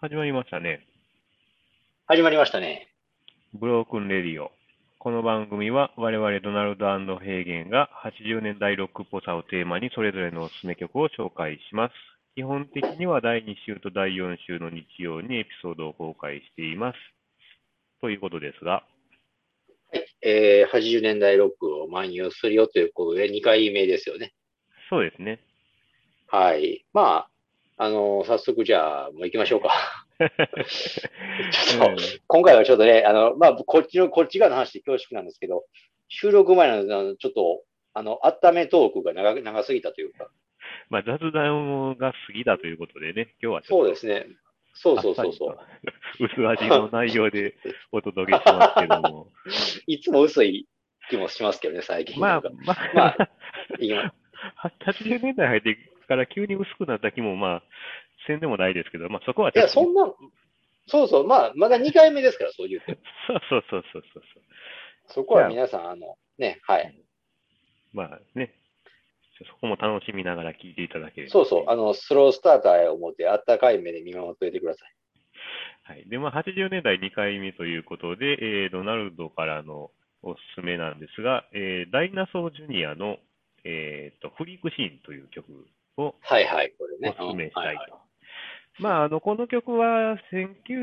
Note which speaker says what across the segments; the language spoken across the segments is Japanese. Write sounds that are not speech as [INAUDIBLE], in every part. Speaker 1: 始まりましたね。
Speaker 2: 始まりましたね。
Speaker 1: ブロークンレディオ。この番組は我々ドナルドヘーゲンが80年代ロックっぽさをテーマにそれぞれのおすすめ曲を紹介します。基本的には第2週と第4週の日曜にエピソードを公開しています。ということですが、
Speaker 2: はい、えー、80年代ロックを万有するよということで、2回目ですよね。
Speaker 1: そうですね。
Speaker 2: はい。まあ、あのー早速じゃあ、もう行きましょうか。ちょっと
Speaker 1: うん
Speaker 2: 今回はちょっとね、あの、まあ、こっちの、こっち側の話で恐縮なんですけど、収録前なのであの、ちょっと、あの、温めトークが長く長すぎたというか、
Speaker 1: まあ、雑談が過ぎたということでね、今日はちょっと
Speaker 2: そうですね。そうそうそう
Speaker 1: あ
Speaker 2: そ
Speaker 1: っさりと [LAUGHS] 薄味の内容でお届けしますけど
Speaker 2: [LAUGHS]
Speaker 1: も。
Speaker 2: う。いつも薄い気もしますけどね、最近
Speaker 1: ま
Speaker 2: な
Speaker 1: あ
Speaker 2: んか。、
Speaker 1: ま
Speaker 2: ま
Speaker 1: あ、
Speaker 2: いきま
Speaker 1: 80年代入ってから急に薄くなった気も、まあ、せんでもないですけど、まあ、 [LAUGHS] そこはいちょ
Speaker 2: や、
Speaker 1: っと
Speaker 2: そんな、そうそう、まあ、まだ2回目ですから、そういう。
Speaker 1: そうそうそうそうそうそう。
Speaker 2: そこは皆さん、あの、ね、はい。
Speaker 1: まあね、そこも楽しみながら聞いていただければ。
Speaker 2: そうそう、あの、スロースターターを持って、あったかい目で見守っておいてください。
Speaker 1: はい。で、まあ、80年代2回目ということで、えードナルドからのおすすめなんですが、えーダイナソージュニアの、えーと、フリークシーンという曲を
Speaker 2: はいはい、これ
Speaker 1: お
Speaker 2: ね。
Speaker 1: 勧めしたい
Speaker 2: うんはいはい
Speaker 1: と。まあ、あの、この曲は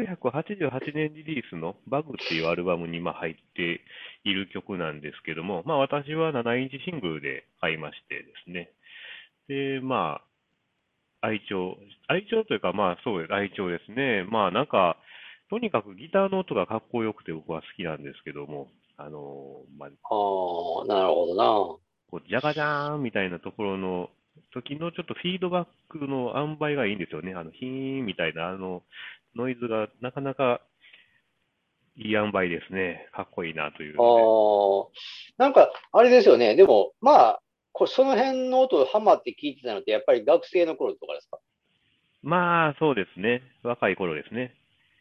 Speaker 1: 1988年リリースのバグっていうアルバムにまあ入っている曲なんですけども、まあ私は7インチシングルで買いましてですね。で、まあ、愛聴、愛聴というかまあそうです、愛聴ですね。まあなんか、とにかくギターの音がかっこよくて僕は好きなんですけども、あの、まあ
Speaker 2: ああ、なるほど
Speaker 1: こう、じゃがじゃーんみたいなところの時のちょっとフィードバックの塩梅がいいんですよね。あの、ヒーンみたいな、あの、ノイズがなかなかいい塩梅ですね。かっこいいなという
Speaker 2: な。
Speaker 1: の
Speaker 2: ああ、なんか、あれですよね。でも、まあ、こその辺の音ハマって聞いてたのって、やっぱり学生の頃とかですか
Speaker 1: で。まあ、そうですね。若い頃ですね。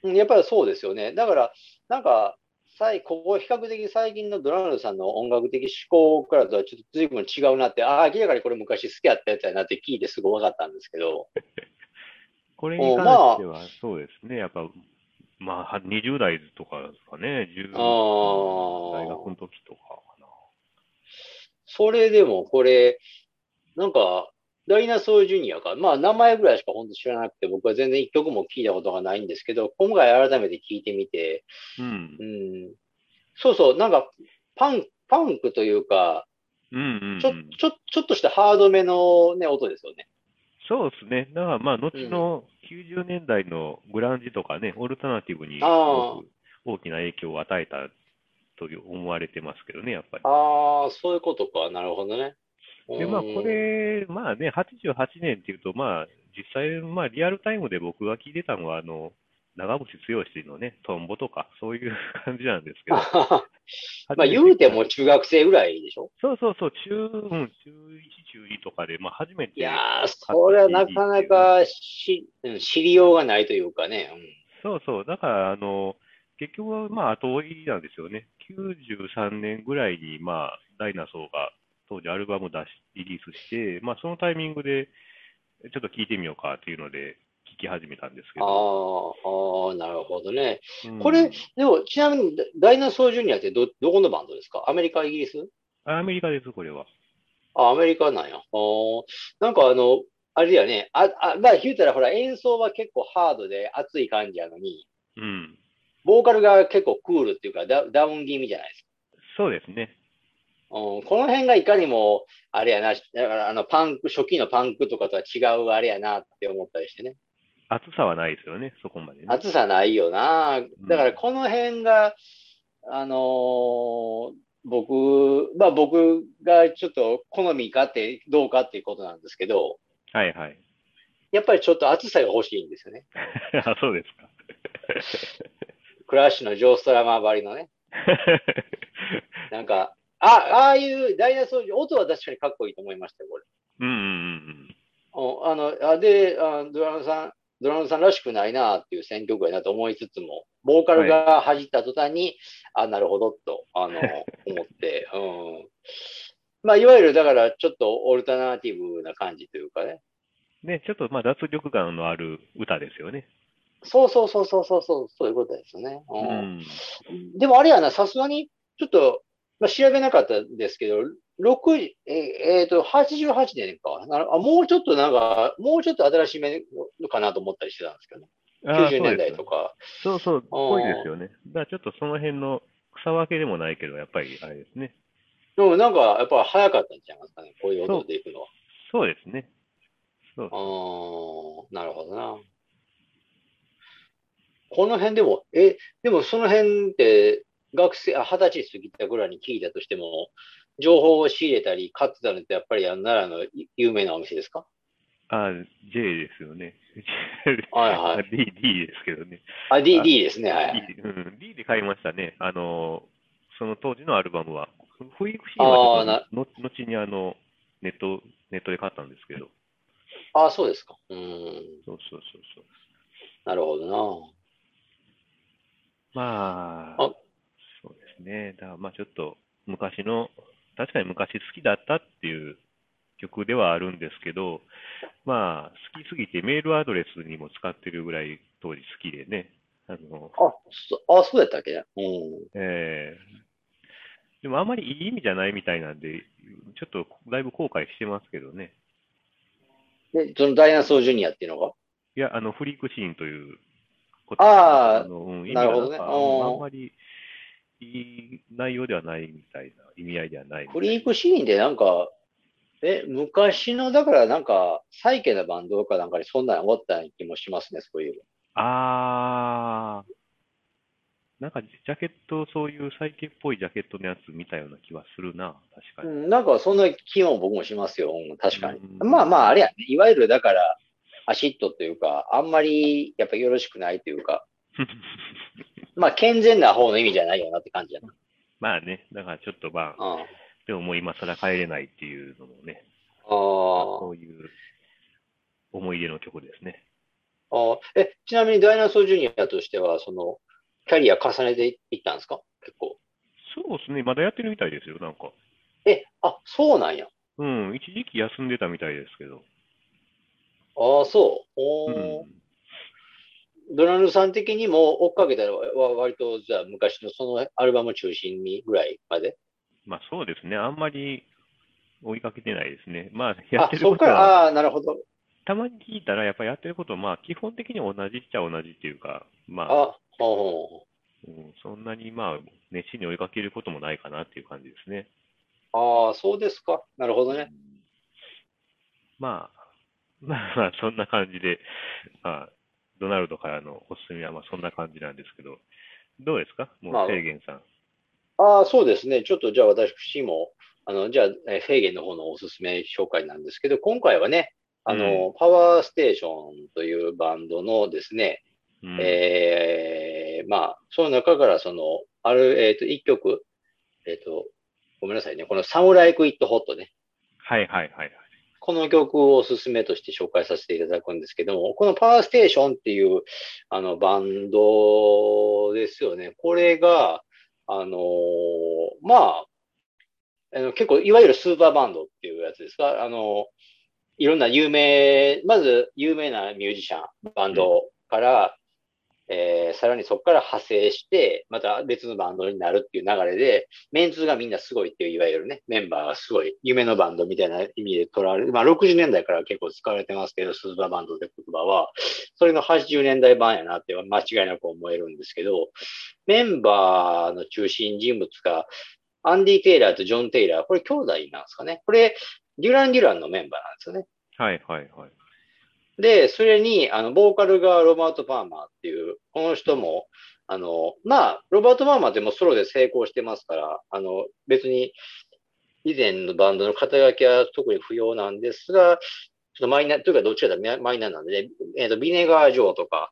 Speaker 2: うん、やっぱりそうですよね。だから、なんか、最ここ比較的最近のドナルドさんの音楽的思考からとはちょっと随分違うなって、ああ、明らかにこれ昔好きやったやつやなって聞いてすごい分かったんですけど、
Speaker 1: これに関しては、そうですね。やっぱ、まあ、は20代とかですかね。10
Speaker 2: あー
Speaker 1: 大学の時とかかな。
Speaker 2: それでもこれ、なんか、ダイナソージュニアか。まあ、名前ぐらいしか本当知らなくて、僕は全然一曲も聞いたことがないんですけど、今回改めて聞いてみて、
Speaker 1: うん
Speaker 2: う。ん、そうそう、なんか、パン、パンクというか、
Speaker 1: うんうん、うん。
Speaker 2: ちょ、ちょ、ちょっとしたハードめのね、音ですよね。
Speaker 1: そうですね。だからまあ、後の90年代のグランジとかね、オルタナティブにす
Speaker 2: あ
Speaker 1: ごく大きな影響を与えたと思われてますけどね、やっぱり。
Speaker 2: ああ、そういうことか。なるほどね。
Speaker 1: で、まあ、
Speaker 2: うん
Speaker 1: こ、れ、まあね、88年っていうと、まあ、実際、まあ、リアルタイムで僕が聞いてたのは、あの、長渕剛のね、トンボとか、そういう感じなんですけど、
Speaker 2: [LAUGHS] まあ、言うても中学生ぐらいでしょ
Speaker 1: そうそうそう、中、うん、中1、中2とかで、まあ、初めて、
Speaker 2: いやー、それはなかなかし、うん知りようがないというかね。うん
Speaker 1: そうそう、だから、あの、結局は、まあ、後追いなんですよね。93年ぐらいに、まあ、ダイナソーが当時アルバムを出し、リリースして、まあ、そのタイミングで、ちょっと聞いてみようかっていうので、聞き始めたんですけ
Speaker 2: あ
Speaker 1: ど。
Speaker 2: ーあー、なるほどね。
Speaker 1: うん
Speaker 2: これでも、ちなみに、ダイナソージュニアってど、どこのバンドですかアメリカ、イギリス
Speaker 1: アメリカです、これは。
Speaker 2: あ、アメリカなんや。あーなんかあの、あれだよね。あ、あ、まあ、言うたらほら、演奏は結構ハードで熱い感じやのに、
Speaker 1: うん。
Speaker 2: ボーカルが結構クールっていうか、ダ、ダウン気味じゃないですか。
Speaker 1: そうですね。
Speaker 2: うん、この辺がいかにも、あれやな、だからあの、パンク、初期のパンクとかとは違うあれやなって思ったりしてね。
Speaker 1: 暑さはないですよね、そこまでね。
Speaker 2: 暑さないよな。だからこの辺が、あのー僕、まあ僕がちょっと好みかってどうかっていうことなんですけど、
Speaker 1: はいはい。 [LAUGHS]
Speaker 2: やっぱりちょっと暑さが欲しいんですよね。
Speaker 1: あ、そうですか。 [LAUGHS]
Speaker 2: クラッシュのジョーストラマーばりのね。なんか、あ、ああいうダイナソージ音は確かにかっこいいと思いましたよ、これ。
Speaker 1: うんうん
Speaker 2: おあの、あであ、ドラムさん、ドラムさんらしくないなっていう選曲やなと思いつつも、ボーカルが弾いた途端に、あ、なるほどと、あの、思って、うん。まあ、いわゆるだから、ちょっとオルタナティブな感じというかね。
Speaker 1: うん。ね、ちょっとまあ脱力感のある歌ですよね。
Speaker 2: そうそうそうそうそうそう、そういうことですよね。
Speaker 1: う
Speaker 2: うん
Speaker 1: ん。
Speaker 2: でもあれやな、さすがに、ちょっと、まあ、調べなかったんですけど、6時、ええーと、88年か。なるあ、もうちょっとなんか、もうちょっと新しめのかなと思ったりしてたんですけどね。
Speaker 1: あー
Speaker 2: 90年代とか。
Speaker 1: そうですそうそう、濃いですよね。だからちょっとその辺の草分けでもないけど、やっぱりあれですね。
Speaker 2: でもなんか、やっぱ早かったんじゃないですかね。こういう音で行くのは。
Speaker 1: そうですね。そう
Speaker 2: あーなるほどな。この辺でも、え、でもその辺って、学生、あ、二十歳過ぎたぐらいに聞いたとしても、情報を仕入れたり買ってたのって、やっぱりあの奈良のい有名なお店ですか
Speaker 1: あ、J ですよね。J で
Speaker 2: はいはい。
Speaker 1: [LAUGHS] D、D ですけどね。
Speaker 2: あ、D、D ですね。はいはい。
Speaker 1: D, うん、D で買いましたね。あの、その当時のアルバムは。フイクシー
Speaker 2: あー
Speaker 1: は
Speaker 2: な
Speaker 1: ちょっとの後にあの、ネット、ネットで買ったんですけど。
Speaker 2: あ、そうですか。うーん。
Speaker 1: そうそうそうそう。
Speaker 2: なるほどな。
Speaker 1: まあ、
Speaker 2: あ
Speaker 1: そうですね。だからまあちょっと昔の、確かに昔好きだったっていう曲ではあるんですけど、まあ好きすぎてメールアドレスにも使ってるぐらい当時好きでね。あの、
Speaker 2: あ、そあ、そうやったっけね。うん。
Speaker 1: えーでもあんまりいい意味じゃないみたいなんで、ちょっとだいぶ後悔してますけどね。
Speaker 2: で、そのダイナソージュニアっていうのが。
Speaker 1: いや、あの、フリークシーンということ
Speaker 2: あー
Speaker 1: の、うん、意味
Speaker 2: なるほどね
Speaker 1: がんか
Speaker 2: うん
Speaker 1: あんまりいい内容ではないみたいな、意味合いではないみたいな
Speaker 2: フリークシーンでなんか、え、昔の、だからなんか、再建のバンドかなんかにそんなん思った気もしますね、そういう。
Speaker 1: あー、なんかジャケット、そういうサイケっぽいジャケットのやつ見たような気はするな、確
Speaker 2: う
Speaker 1: かに。
Speaker 2: ん、なんかそんな気も僕もしますよ、うん確かに。
Speaker 1: うん
Speaker 2: まあまあ、あれやね。いわゆるだから、アシッドというか、あんまりやっぱよろしくないと
Speaker 1: [LAUGHS]
Speaker 2: いうか、まあ健全な方の意味じゃないよなって感じやな。
Speaker 1: まあね、だからちょっとまあ、
Speaker 2: うん。あ
Speaker 1: でももう今更帰れないっていうのもね、
Speaker 2: あ。
Speaker 1: そういう思い出の曲ですね。
Speaker 2: ああ、え、ちなみにダイナソージュニアとしては、その、キャリア重ねていったんですか結構。
Speaker 1: そうですね、まだやってるみたいですよ、なんか。
Speaker 2: え、あ、そうなんや。
Speaker 1: うん、一時期休んでたみたいですけど。
Speaker 2: ああ、そう。
Speaker 1: う
Speaker 2: おー
Speaker 1: ん。
Speaker 2: ドナルドさん的にも追っかけたらは割と、じゃあ昔のそのアルバム中心にぐらいまで。
Speaker 1: まあそうですね、あんまり追いかけてないですね。まあ、やっ
Speaker 2: あ
Speaker 1: て、る
Speaker 2: そっ
Speaker 1: こと
Speaker 2: か
Speaker 1: は。
Speaker 2: ら、ああー、なるほど。
Speaker 1: たまに聞いたら、やっぱりやってること、まあ、基本的に同じっちゃ同じっていうか、まあ、
Speaker 2: あ、ほうほうほう
Speaker 1: うん、そんなに、まあ、熱心に追いかけることもないかなっていう感じですね。
Speaker 2: ああ、そうですか。なるほどね。
Speaker 1: まあ、 [LAUGHS] まあまあ、そんな感じで、まあ、ドナルドからのおすすめは、まあ、そんな感じなんですけど、どうですかもう、
Speaker 2: まあ
Speaker 1: 制限さん。
Speaker 2: ああ、そうですね。ちょっとじゃあ私も、あの、じゃあ、えーフェーゲンの方のおすすめ紹介なんですけど、今回はね、あの、パワーステーションというバンドのですね、
Speaker 1: うん、
Speaker 2: ええまあ、その中から、その、ある、えっ、と、一曲、えっ、と、ごめんなさいね、このサムライクイットホットね、
Speaker 1: はいはいはいはい。
Speaker 2: この曲をおすすめとして紹介させていただくんですけども、このパワーステーションっていう、あの、バンドですよね。これが、あのーまあ、あの結構、いわゆるスーパーバンドっていうやつですか、あのいろんな有名、まず有名なミュージシャン、バンドから、えーさらにそこから派生して、また別のバンドになるっていう流れで、メンツがみんなすごいっていう、いわゆるね、メンバーがすごい、夢のバンドみたいな意味で取られる、まあ60年代から結構使われてますけど、スーパーバンドって言葉は、それの80年代版やなって間違いなく思えるんですけど、メンバーの中心人物が、アンディ・テイラーとジョン・テイラー、これ兄弟なんですかね。これ、デュラン・デュランのメンバーなんですよね。
Speaker 1: はいはいはい。
Speaker 2: で、それに、あの、ボーカルがロバート・パーマーっていう、この人も、あの、まあ、ロバート・パーマーってもうソロで成功してますから、あの、別に、以前のバンドの肩書きは特に不要なんですが、ちょっとマイナー、というかどっちかというとマイナーなんで、ね、えっ、と、ビネガー・ジョーとか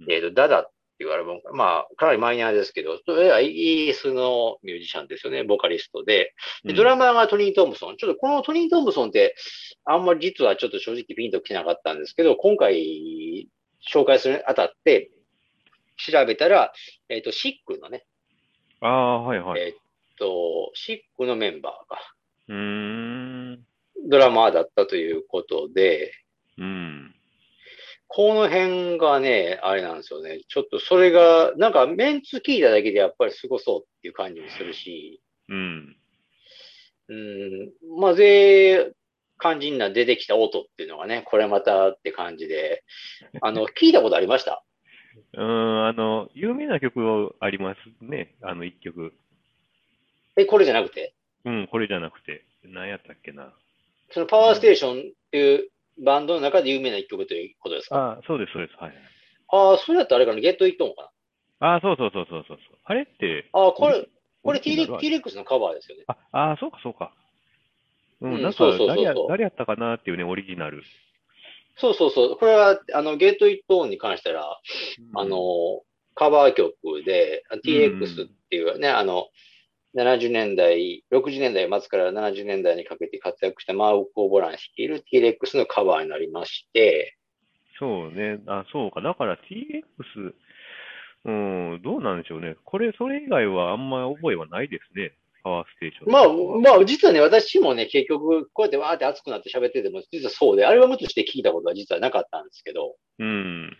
Speaker 1: う、ん
Speaker 2: えっ、と、ダダっていうアルバム、まあ、かなりマイナーですけど、それはイギリスのミュージシャンですよね、ボーカリストで。で、ドラマーがトニー・トンプソン。ちょっとこのトニー・トンプソンって、あんまり実はちょっと正直ピンときなかったんですけど、今回紹介するにあたって、調べたら、えっ、と、シックのね、
Speaker 1: うん、ああ、はいはい。
Speaker 2: えっと、シックのメンバーが
Speaker 1: うーん。
Speaker 2: ドラマーだったということで、
Speaker 1: うん。
Speaker 2: この辺がね、あれなんですよね。ちょっとそれが、なんかメンツ聞いただけでやっぱりすごそうっていう感じもするし、
Speaker 1: うん。
Speaker 2: うん、まぜ、肝心な出てきた音っていうのがね、これまたって感じで、あの、聞いたことありました
Speaker 1: うーん、あの、有名な曲ありますね。あの、一曲。
Speaker 2: え、これじゃなくて、
Speaker 1: うん、これじゃなくて。何やったっけな。
Speaker 2: そのパワーステーションっていうバンドの中で有名な一曲ということですか
Speaker 1: あそうです、そうです。はい。
Speaker 2: ああ、それだったらあれかな、ゲットイットンか
Speaker 1: あそうそうそうそうそうそう。あれって、
Speaker 2: な。ああ、こ
Speaker 1: オ
Speaker 2: れ、これ
Speaker 1: オリジナル
Speaker 2: T-Rex
Speaker 1: は
Speaker 2: T-Rex のカバーですよね。
Speaker 1: あ、あーそうか、そうか。う
Speaker 2: うん
Speaker 1: ん、なんか
Speaker 2: そうそうそうそう
Speaker 1: 誰や、誰やったかなっていうね、オリジナル。
Speaker 2: そうそうそう。これは、あの、ゲートイットオンに関したら、あの、カバー曲で、TX っていうね、あの、70年代、60年代末から70年代にかけて活躍したマーク・コーボラン率いる TX のカバーになりまして、
Speaker 1: そうね。あ、そうか。だから TX、うん、どうなんでしょうね。これ、それ以外はあんま覚えはないですね。パワーステーション。
Speaker 2: まあ、まあ、実はね、私もね、結局、こうやってわーって熱くなって喋ってても、実はそうで、アルバムとして聞いたことは実はなかったんですけど、
Speaker 1: うん。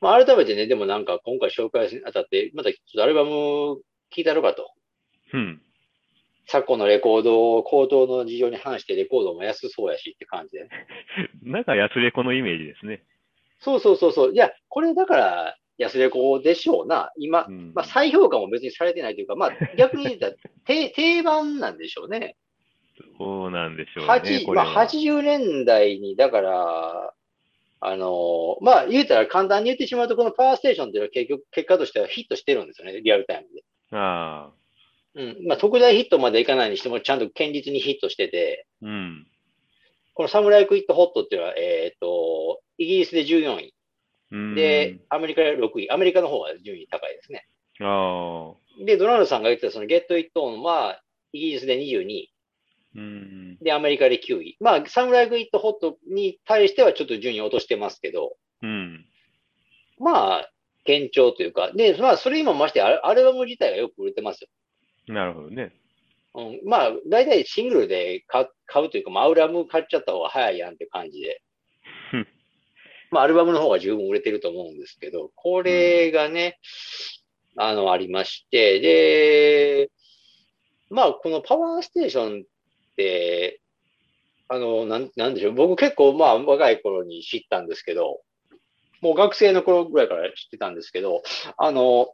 Speaker 2: まあ、改めてね、でもなんか今回紹介するにあたって、またちょっとアルバム聞いたろかと。
Speaker 1: うん。
Speaker 2: 昨今のレコード、高騰の事情に反してレコードも安そうやしって感じで。
Speaker 1: なんか安レコのイメージですね。
Speaker 2: そうそうそうそう。いや、これだから安レコでしょうな。今
Speaker 1: う、ん。
Speaker 2: まあ、再評価も別にされてないというか、まあ、逆に言
Speaker 1: [LAUGHS]
Speaker 2: ったら定定番なんでしょうね。
Speaker 1: そうなんでしょうね、
Speaker 2: 八
Speaker 1: これ
Speaker 2: ま
Speaker 1: は。
Speaker 2: あ、80年代に、だから、あのーまあ、言うたら簡単に言ってしまうと、このパワーステーションっていうのは結局、結果としてはヒットしてるんですよね、リアルタイムで。
Speaker 1: ああ、
Speaker 2: うん。まあ、特大ヒットまでいかないにしても、ちゃんと堅実にヒットしてて、
Speaker 1: うん。
Speaker 2: このサムライクイットホットっていうのは、えっ、と、イギリスで14位。
Speaker 1: うん。
Speaker 2: で、アメリカで6位。アメリカの方が順位高いですね。
Speaker 1: ああ、
Speaker 2: で、ドナルドさんが言ってたそのゲットイットオンは、イギリスで22位。
Speaker 1: うん。
Speaker 2: で、アメリカで9位。まあ、サムライクイットホットに対してはちょっと順位落としてますけど、
Speaker 1: うん。
Speaker 2: まあ、堅調というか。で、まあ、それ今ましてアル、アルバム自体がよく売れてますよ。
Speaker 1: なるほどね。
Speaker 2: うん、まあ、大体シングルで買う買うというか、まあ、アルバム買っちゃった方が早いやんって感じで
Speaker 1: うん。
Speaker 2: [LAUGHS] まあ、アルバムの方が十分売れてると思うんですけど、これがね、あの、ありまして、で、まあ、このパワーステーションって、あの、なん、なんでしょう。僕結構、まあ、若い頃に知ったんですけど、もう学生の頃ぐらいから知ってたんですけど、あの、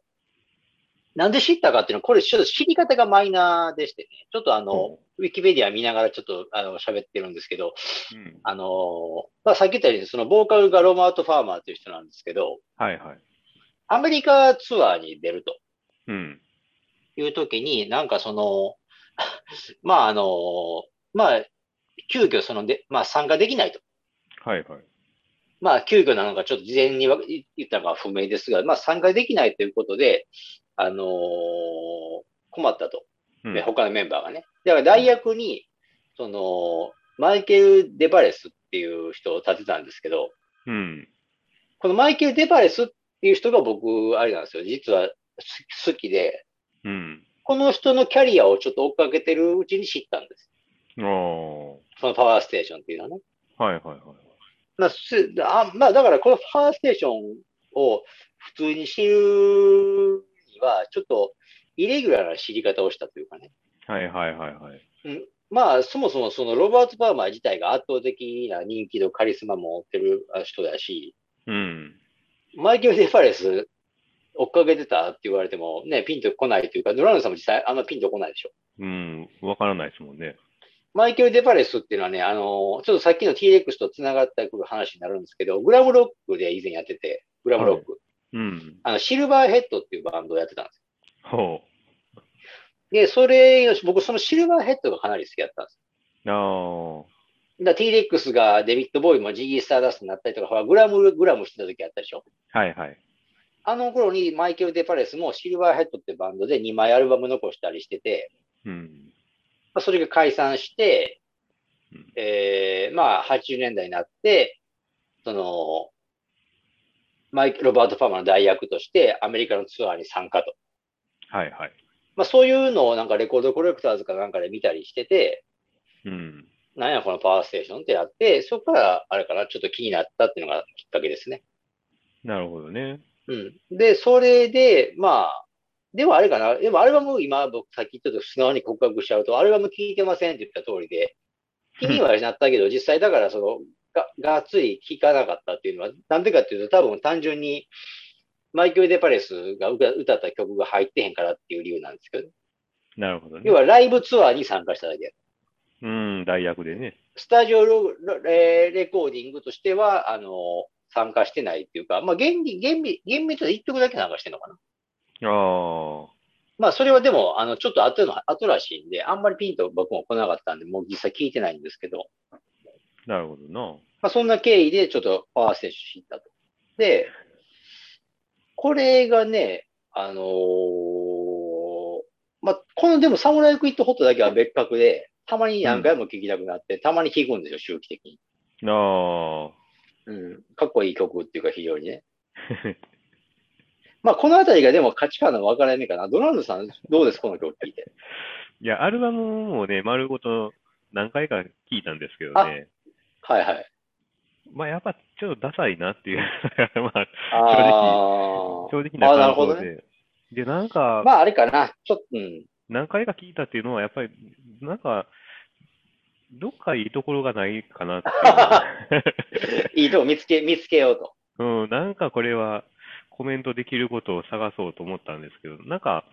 Speaker 2: なんで知ったかっていうのは、これちょっと知り方がマイナーでしてね、ちょっとあの、ウィキペディア見ながらちょっとあの喋ってるんですけど、
Speaker 1: うん。
Speaker 2: あのーまあ、さっき言ったように、そのボーカルがロマート・ファーマーという人なんですけど、
Speaker 1: はいはい。
Speaker 2: アメリカツアーに出ると
Speaker 1: うん。
Speaker 2: いう時に、なんかその、 [LAUGHS] まああのーまあ、急遽そので、まあ参加できないと。
Speaker 1: はいはい。
Speaker 2: まあ、急遽なのか、ちょっと事前にわ言ったのか不明ですが、まあ、参加できないということで、あのー困ったと。
Speaker 1: うん
Speaker 2: で、他のメンバーがね。だから代役に、その、マイケル・デバレスっていう人を立てたんですけど、
Speaker 1: うん。
Speaker 2: このマイケル・デバレスっていう人が僕、あれなんですよ。実はす好きで、
Speaker 1: うん。
Speaker 2: この人のキャリアをちょっと追っかけてるうちに知ったんです。
Speaker 1: ああ、
Speaker 2: そのパワーステーションっていうのはね。
Speaker 1: はいはいはい。
Speaker 2: まあ、すあまあ、だからこのパワーステーションを普通に知るには、ちょっとイレギュラーな知り方をしたというかね。
Speaker 1: はいはいはいはい。
Speaker 2: まあ、そもそもそのロバート・パーマー自体が圧倒的な人気とカリスマも持ってる人だし、
Speaker 1: うん。
Speaker 2: マイケル・デファレス追っかけてたって言われてもね、ピンとこないというか、ドラムさんも実際あんまピンとこないでしょ。
Speaker 1: うん。わからないですもんね。
Speaker 2: マイケル・デファレスっていうのはね、あの、ちょっとさっきの T-Rex と繋がってくる話になるんですけど、グラムロックで以前やってて、グラムロック。
Speaker 1: うん。
Speaker 2: あの、シルバーヘッドっていうバンドをやってたんです。
Speaker 1: ほ
Speaker 2: で、それを、僕そのシルバーヘッドがかなり好きだったんです。
Speaker 1: う。あ
Speaker 2: だから T-Rex がデビッド・ボーイもジギー・スターダストになったりとか、ほら、グラム、グラムしてた時あったでしょ
Speaker 1: あ。はいはい。
Speaker 2: あの頃にマイケル・デパレスもシルバーヘッドってバンドで2枚アルバム残したりしてて、
Speaker 1: うん。
Speaker 2: まあ、それが解散して
Speaker 1: うん、
Speaker 2: えー、まあ80年代になって、その、マイケロバート・ファーマーの代役としてアメリカのツアーに参加と。
Speaker 1: はいはい。
Speaker 2: まあそういうのをなんかレコードコレクターズかなんかで見たりしてて、
Speaker 1: うん。
Speaker 2: なんやこのパワーステーションってやって、そこからあれかな、ちょっと気になったっていうのがきっっかけですね。
Speaker 1: なるほどね。
Speaker 2: うん。で、それで、まあ、でもあれかな、でもアルバム今僕さっきちょっと素直に告白しちゃうと、アルバム聴いてませんって言った通りで、気にはなったけど、実際だからその、ががっつり聴かなかったっていうのは、なんでかっていうと、多分単純に、マイケル・デ・パレスが歌歌った曲が入ってへんからっていう理由なんですけど、
Speaker 1: なるほどね。
Speaker 2: 要はライブツアーに参加しただけや
Speaker 1: うん、代役でね。
Speaker 2: スタジオロレレコーディングとしては、あの、参加してないっていうか、まあ、厳密、厳密、厳密で一曲だけ参加してんのかな。
Speaker 1: ああ、
Speaker 2: まあ、それはでも、あの、ちょっと後の、後らしいんで、あんまりピンと僕も来なかったんで、もう実際聞いてないんですけど、
Speaker 1: なるほどな。
Speaker 2: まあ、そんな経緯でちょっとパワー接種したと。で、これがね、あのーまあ、このでも、サムライクイットホットだけは別格で、たまに何回も聴きたくなって、たまに聴くんですよ、周期的に。
Speaker 1: あ
Speaker 2: うん。かっこいい曲っていうか、非常にね。まあ、このあたりがでも価値観の分かれ目かな。ドランドさん、どうですこの曲聴いて。
Speaker 1: [LAUGHS] いや、アルバムをね、丸ごと何回か聞いたんですけどね、
Speaker 2: はいはい。
Speaker 1: まあやっぱちょっとダサいなって
Speaker 2: [LAUGHS]
Speaker 1: いう、まあ
Speaker 2: あ
Speaker 1: 正直な
Speaker 2: あーな
Speaker 1: 感
Speaker 2: るほ
Speaker 1: 想
Speaker 2: ど
Speaker 1: で。
Speaker 2: ね
Speaker 1: で、なん
Speaker 2: あ。
Speaker 1: か、
Speaker 2: まあ、あれかな。ちょっと、うん。
Speaker 1: 何回か聞いたっていうのは、やっぱり、なんか、どっかいいところがないかなって
Speaker 2: いいとこ見つけ、見つけようと。
Speaker 1: いうう
Speaker 2: [LAUGHS]
Speaker 1: ん、なんかこれはコメントできることを探そうと思ったんですけど、なんか、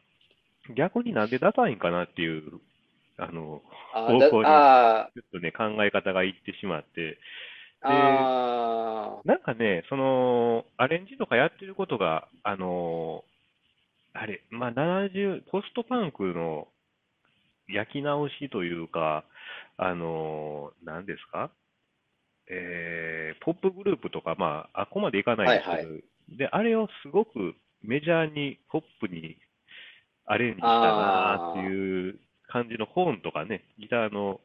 Speaker 1: 逆になんでダサいんかなっていう、あの、
Speaker 2: あ
Speaker 1: 方
Speaker 2: だ
Speaker 1: 向に
Speaker 2: あ
Speaker 1: ちょっとね、考え方がいってしまって、
Speaker 2: ーあ
Speaker 1: なんかね、その、アレンジとかやってることが、あのーあれ、まあ、70、ポストパンクの焼き直しというか、あのーなんですかえーポップグループとか、まあ、あここまでいかないですけど、
Speaker 2: はい
Speaker 1: で、あれをすごくメジャーに、ポップにアレンジしたなっていう感じのホーンとかね、ギターの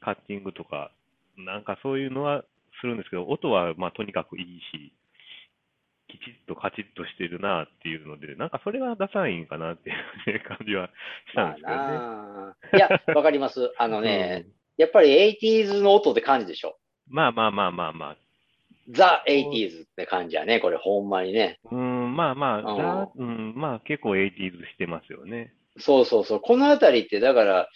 Speaker 1: カッティングとか、なんかそういうのはするんですけど、音はまあとにかくいいし、きちっとカチッとしてるなっていうので、なんかそれがダサいんかなっていうね感じはし
Speaker 2: ー、
Speaker 1: たん
Speaker 2: ま
Speaker 1: です
Speaker 2: あ
Speaker 1: けどね。
Speaker 2: なー。いや、わかります。あのね、
Speaker 1: うん
Speaker 2: やっぱり 80s の音って感じでしょ。
Speaker 1: まあまあまあまあまあ。
Speaker 2: ザ・ 80s って感じやね。これほんまにね。
Speaker 1: うん、まあまあ、
Speaker 2: うん
Speaker 1: だうん、まあ結構 80s してますよね。
Speaker 2: そうそうそう。このあたりって、だから、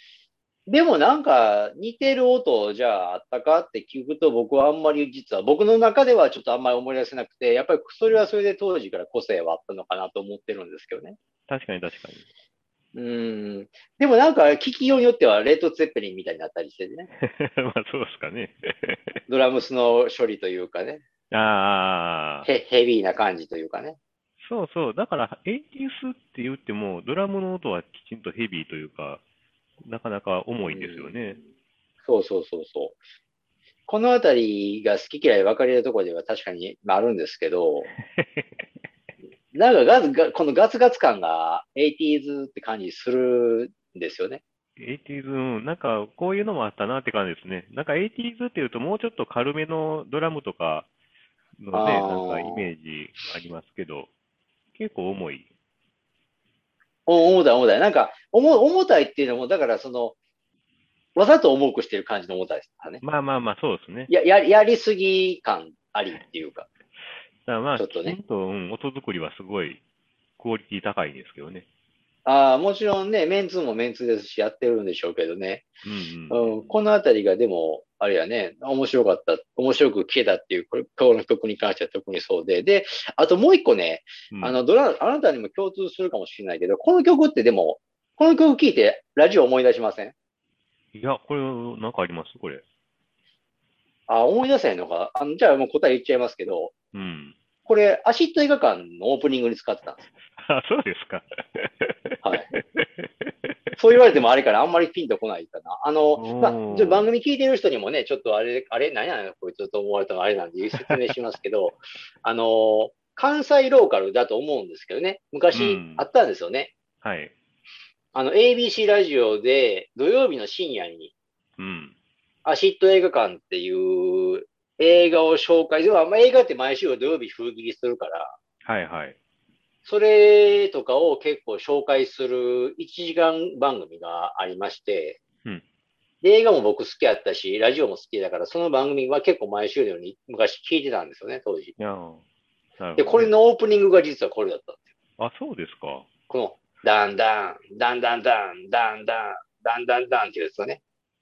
Speaker 2: でもなんか似てる音じゃああったかって聞くと僕はあんまり実は僕の中ではちょっとあんまり思い出せなくて、やっぱりそれはそれで当時から個性はあったのかなと思ってるんですけどね。
Speaker 1: 確かに確かに。 [LAUGHS]
Speaker 2: うん。でもなんか聞きようによってはレッド・ツェッペリンみたいになったりしてね。
Speaker 1: まあそうですかね。
Speaker 2: ドラムスの処理というかね。
Speaker 1: ああ、
Speaker 2: ヘヘビーな感じというかね。
Speaker 1: そうそう。だから、80s って言っても、ドラムの音はきちんとヘビーというか、なかなか重いんですよね。
Speaker 2: そうそうそうそう。このあたりが好き嫌い分かれるところでは確かにまああるんですけど、なんかガツガこのガツガツ感が 80s って感じするんですよね。
Speaker 1: 80s、うんなんかこういうのもあったなって感じですね。なんか 80s っていうと、もうちょっと軽めのドラムとかのね、な
Speaker 2: あ
Speaker 1: ん
Speaker 2: ー
Speaker 1: かイメージありますけど、結構重い。
Speaker 2: お重たい重たい。なんか重重たいっていうのも、だからその、わざと重くしてる感じの重たいですね。
Speaker 1: まあまあまあ、そうですね。
Speaker 2: やややりすぎ感ありっていうか。
Speaker 1: だからまあ、
Speaker 2: ちょっ
Speaker 1: き
Speaker 2: とね
Speaker 1: ちんと、うん、音作りはすごいクオリティ高いんですけどね。
Speaker 2: ああ、もちろんね、メンツもメンツですし、やってるんでしょうけどね。
Speaker 1: うんうん。
Speaker 2: うん、このあたりがでも、あれやね、面白かった、面白く聞けたっていう、これ、今日の曲に関しては特にそうで。で、あともう一個ね、
Speaker 1: うん
Speaker 2: あの、ドラ、あなたにも共通するかもしれないけど、この曲ってでも、この曲聴いて、ラジオ思い出しません
Speaker 1: いや、これ、なんかありますこれ。
Speaker 2: あ、思い出せないのかあのじゃあもう答え言っちゃいますけど、
Speaker 1: うん。 [LAUGHS]
Speaker 2: これ、アシッド映画館のオープニングに使ってたんです。
Speaker 1: あ、そうですか。 [LAUGHS]
Speaker 2: はい。そう言われてもあれからあんまりピンとこないかな。あの、ま
Speaker 1: おー
Speaker 2: あ、じゃあ番組聞いてる人にもね、ちょっとあれ、あれ、何やねん、こいつと思われたのあれなんで説明しますけど、 [LAUGHS] あの、関西ローカルだと思うんですけどね、
Speaker 1: う
Speaker 2: 昔
Speaker 1: ん
Speaker 2: あったんですよね。
Speaker 1: はい。
Speaker 2: あの、ABC ラジオで土曜日の深夜に、
Speaker 1: うん。
Speaker 2: アシッド映画館っていう映画を紹介、では、まあ、映画って毎週土曜日封切りするから、
Speaker 1: はいはい。
Speaker 2: それとかを結構紹介する1時間番組がありまして、
Speaker 1: うん
Speaker 2: で、映画も僕好きやったし、ラジオも好きだから、その番組は結構毎週のように昔聞いてたんですよね、当時。
Speaker 1: いやーなるほどね
Speaker 2: で、これのオープニングが実はこれだったんですよ。
Speaker 1: あ、そうですか。
Speaker 2: この、ダンダン、ダンダンダン、ダンダン、ダンダンダンっていうやつだね。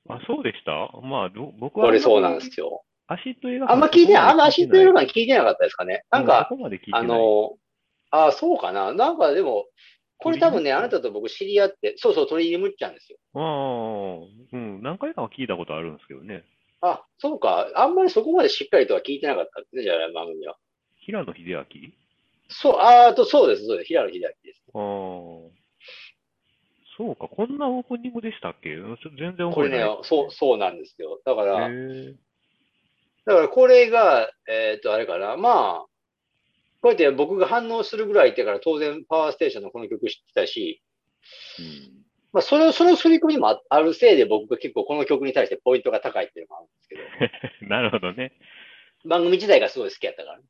Speaker 1: あ、そうでしたまあ、ど僕は
Speaker 2: これそうなんですよ。
Speaker 1: アシッド映画
Speaker 2: あんま聞いてない、あんま足というのは聞いてなかったですかね。なんか、
Speaker 1: そこまで聞いてない
Speaker 2: あ、の、ああ、そうかな。なんかでも、これ多分ね、あなたと僕知り合って、そうそう、鳥居むっちゃんですよ。
Speaker 1: ああ、うん、何回かは聞いたことあるんですけどね。
Speaker 2: あ、そうか。あんまりそこまでしっかりとは聞いてなかったんですね、じゃあ、番組は。
Speaker 1: 平野秀明
Speaker 2: そう、ああと、そうです、そうです。平野秀明です。
Speaker 1: ああ。そうか、こんなオープニングでしたっけちょ全然
Speaker 2: こ
Speaker 1: 覚え
Speaker 2: れ
Speaker 1: てな
Speaker 2: ね
Speaker 1: い。、
Speaker 2: そう、そうなんですよ。だから、
Speaker 1: へえ
Speaker 2: だからこれが、えーっと、あれかな。まあ、こうやって僕が反応するぐらいってから、当然、パワーステーションのこの曲知ってたし、
Speaker 1: うん [LAUGHS]
Speaker 2: まあ、それを、その刷り込みもああるせいで、僕が結構この曲に対してポイントが高いっていうのもあるんですけど、
Speaker 1: なるほどね。
Speaker 2: 番組自体がすごい好きやったからね。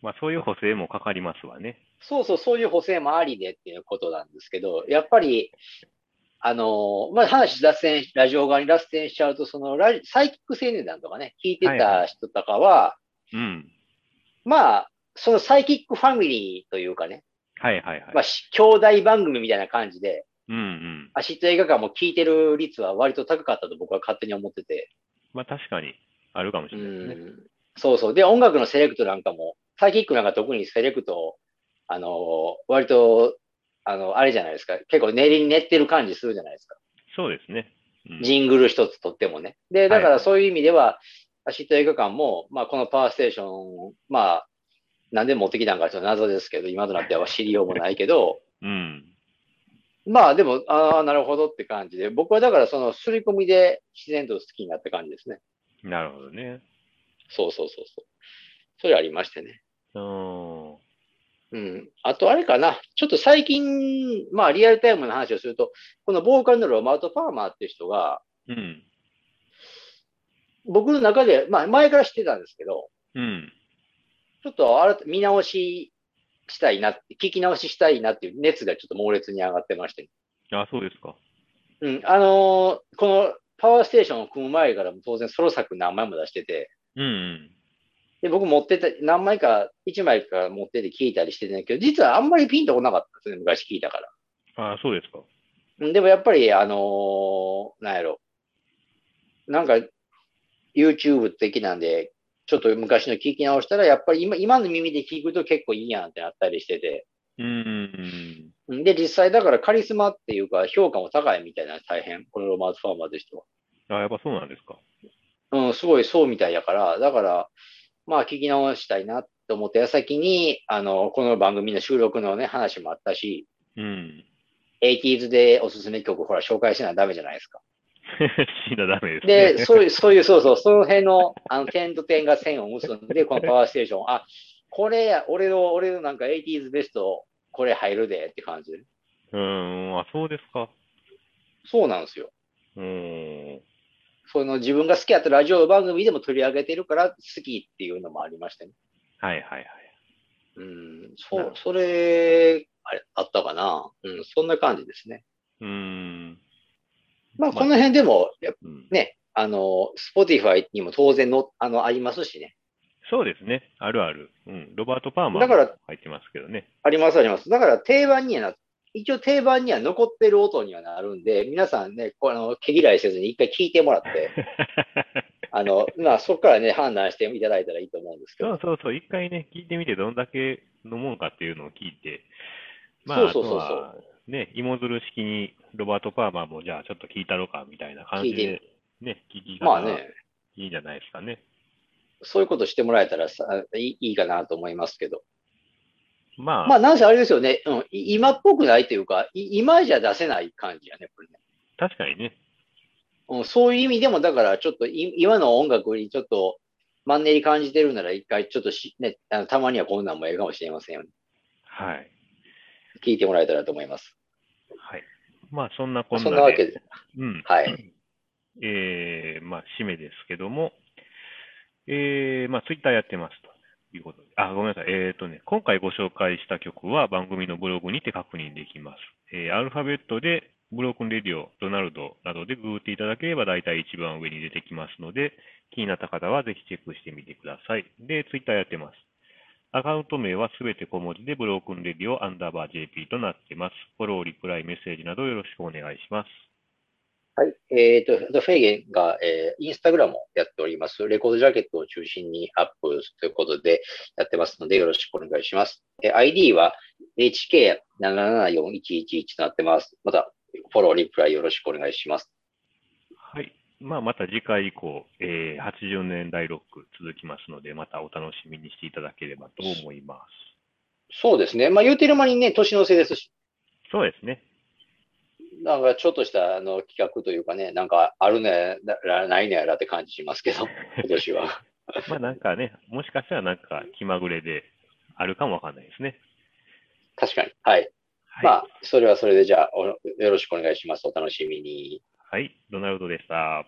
Speaker 1: まあ、そういう補正もかかりますわね。
Speaker 2: そうそう、そういう補正もありでっていうことなんですけど、やっぱり、あのーまあ、話脱線、ラジオ側に脱線しちゃうと、そのラジ、サイキック青年団とかね、聞いて
Speaker 1: はいは
Speaker 2: た人とかは、
Speaker 1: うん。
Speaker 2: まあ、そのサイキックファミリーというかね、
Speaker 1: はいはいはい。
Speaker 2: まあ、し兄弟番組みたいな感じで、
Speaker 1: うんうん。
Speaker 2: アシット映画館も聞いてる率は割と高かったと僕は勝手に思ってて、
Speaker 1: まあ、確かに、あるかもし
Speaker 2: う
Speaker 1: れないですね。
Speaker 2: ん、そうそう。で、音楽のセレクトなんかも、サイキックなんか特にセレクト、あのー割と、あの、あれじゃないですか。結構練りに練ってる感じするじゃないですか。
Speaker 1: そうですね。うん
Speaker 2: ジングル一つとってもね。で、だか
Speaker 1: は
Speaker 2: ら
Speaker 1: い
Speaker 2: そういう意味では、アシット映画館も、まあ、このパワーステーション、まあ、なんで持ってきたんかちょっと謎ですけど、今となっては知りようもないけど、 [LAUGHS]
Speaker 1: うん。
Speaker 2: まあでも、ああ、なるほどって感じで、僕はだからその刷り込みで自然と好きになった感じですね。
Speaker 1: なるほどね。
Speaker 2: そうそうそうそう。それありましてね。
Speaker 1: うん。
Speaker 2: うん。あと、あれかな。ちょっと最近、まあ、リアルタイムの話をすると、このボーカルのロマート・パーマーっていう人が、
Speaker 1: うん。
Speaker 2: 僕の中で、まあ、前から知ってたんですけど、
Speaker 1: うん。
Speaker 2: ちょっと新た見直ししたいなって、聞き直ししたいなっていう熱がちょっと猛烈に上がってまして。
Speaker 1: あ、そうですか。
Speaker 2: うん。あのーこのパワーステーションを組む前からも当然ソロ作何枚も出してて、
Speaker 1: うんうん。
Speaker 2: で、僕持ってた、何枚か、1枚か持ってて聞いたりしてたんだけど、実はあんまりピンとこなかったんですね、昔聞いたから。
Speaker 1: あ、そうですか。
Speaker 2: うんでもやっぱり、あのーなんやろ。なんか、YouTube 的なんで、ちょっと昔の聞き直したら、やっぱり今今の耳で聞くと結構いいやんってなったりしてて。
Speaker 1: うんうん。
Speaker 2: うんで、実際だからカリスマっていうか、評価も高いみたいな、大変。このロマーズ・ファーマーって人は。
Speaker 1: あ、やっぱそうなんですか。
Speaker 2: うん、すごいそうみたいだから、だから、まあ聞き直したいなって思った矢先に、あの、この番組の収録のね、話もあったし、
Speaker 1: うん。 [LAUGHS]
Speaker 2: 80s でおすすめ曲、ほら、紹介しないとダメじゃないですか。
Speaker 1: 死んだらダメですね。 [LAUGHS]
Speaker 2: で、そういう、そういう、そうそう、その辺の、あの、点と点が線を結んで、このパワーステーション、あ、これや、俺の、俺のなんか 80s ベスト、これ入るでって感じで。
Speaker 1: うーん、あ、そうですか。
Speaker 2: そうなんですよ。
Speaker 1: うーん。
Speaker 2: その自分が好きやったラジオ番組でも取り上げてるから好きっていうのもありましたね。
Speaker 1: はいはいはい。
Speaker 2: うん、
Speaker 1: な
Speaker 2: そ
Speaker 1: る
Speaker 2: う
Speaker 1: ほ、ど
Speaker 2: それ、あれ、あったかな。うん、そんな感じですね。
Speaker 1: うーん。
Speaker 2: まあ、この辺でも、やっぱ
Speaker 1: うん
Speaker 2: ね、あの、Spotify にも当然の、あの、ありますしね。
Speaker 1: そうですね。あるある。うん。ロバート・パーマー
Speaker 2: だから
Speaker 1: 入ってますけどね。 [LAUGHS]
Speaker 2: あります、あります。だから定番にはな、一応定番には残ってる音にはなるんで、皆さんね、こうあの、毛嫌いせずに一回聞いてもらって、あの、まあ、そこからね、判断していただいたらいいと思うんですけ
Speaker 1: そ
Speaker 2: ど
Speaker 1: う。そうそう。一回ね、聞いてみて、どんだけ飲もうかっていうのを聞いて、
Speaker 2: そうそうそうそう
Speaker 1: あとはね、芋づる式にロバート・パーマーも、じゃあちょっと聞いたろか、みたいな感じ
Speaker 2: 聞い
Speaker 1: で、ね、聞き
Speaker 2: ま
Speaker 1: 方
Speaker 2: あ
Speaker 1: が
Speaker 2: ね、
Speaker 1: いいんじゃないですかね。
Speaker 2: そういうことしてもらえたらさいいいいかなと思いますけど。
Speaker 1: まあ、
Speaker 2: まあ、なんせあれですよね、うん、い今っぽくないというか、い今じゃ出せない感じやね、これね。
Speaker 1: 確かにね。
Speaker 2: うん、そういう意味でも、だからちょっとい今の音楽にちょっとマンネリ感じてるなら一回ちょっとし、ね、あのたまにはこんなんもええかもしれませんよ、ね。
Speaker 1: はい。
Speaker 2: 聞いてもらえたらと思います。
Speaker 1: はい。まあ、そんなこん
Speaker 2: そ
Speaker 1: なん
Speaker 2: なわけで、
Speaker 1: うん。
Speaker 2: はい。
Speaker 1: えー、まあ、締めですけども、えー、まあ、ツイッターやってますということで、あ、ごめんなさい。えっ、とね、今回ご紹介した曲は番組のブログにて確認できます。えー、アルファベットでブロークンレディオ、ドナルドなどでググっていただければ、大体一番上に出てきますので、気になった方はぜひチェックしてみてください。で、ツイッターやってます。アカウント名はすべて小文字で、ブロークンレディオアンダーバー JP となってます。フォロー、リプライ、メッセージなどよろしくお願いします。
Speaker 2: はい。えっ、と、あとフェイゲンが、えーインスタグラムをやっております。レコードジャケットを中心にアップということでやってますので、よろしくお願いします。えー ID は HK774111 となってます。また、フォロー、リプライよろしくお願いします。
Speaker 1: はい。まあ、また次回以降、えー80年代ロック続きますので、またお楽しみにしていただければと思います。
Speaker 2: そうですね。まあ、言うてる間にね、年のせいですし、
Speaker 1: そうですね。
Speaker 2: なんかちょっとしたあの企画というかね、なんかあるね、なないねやらって感じしますけ [LAUGHS] ど、今年は。
Speaker 1: まあ、なんかね、もしかしたらなんか気まぐれであるかもわかんないですね。
Speaker 2: 確かに。はい。
Speaker 1: はい。
Speaker 2: まあ、それはそれでじゃあ、およろしくお願いします。お楽しみに。
Speaker 1: はい。ドナルドでした。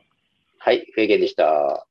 Speaker 2: はい、フェイゲンでした。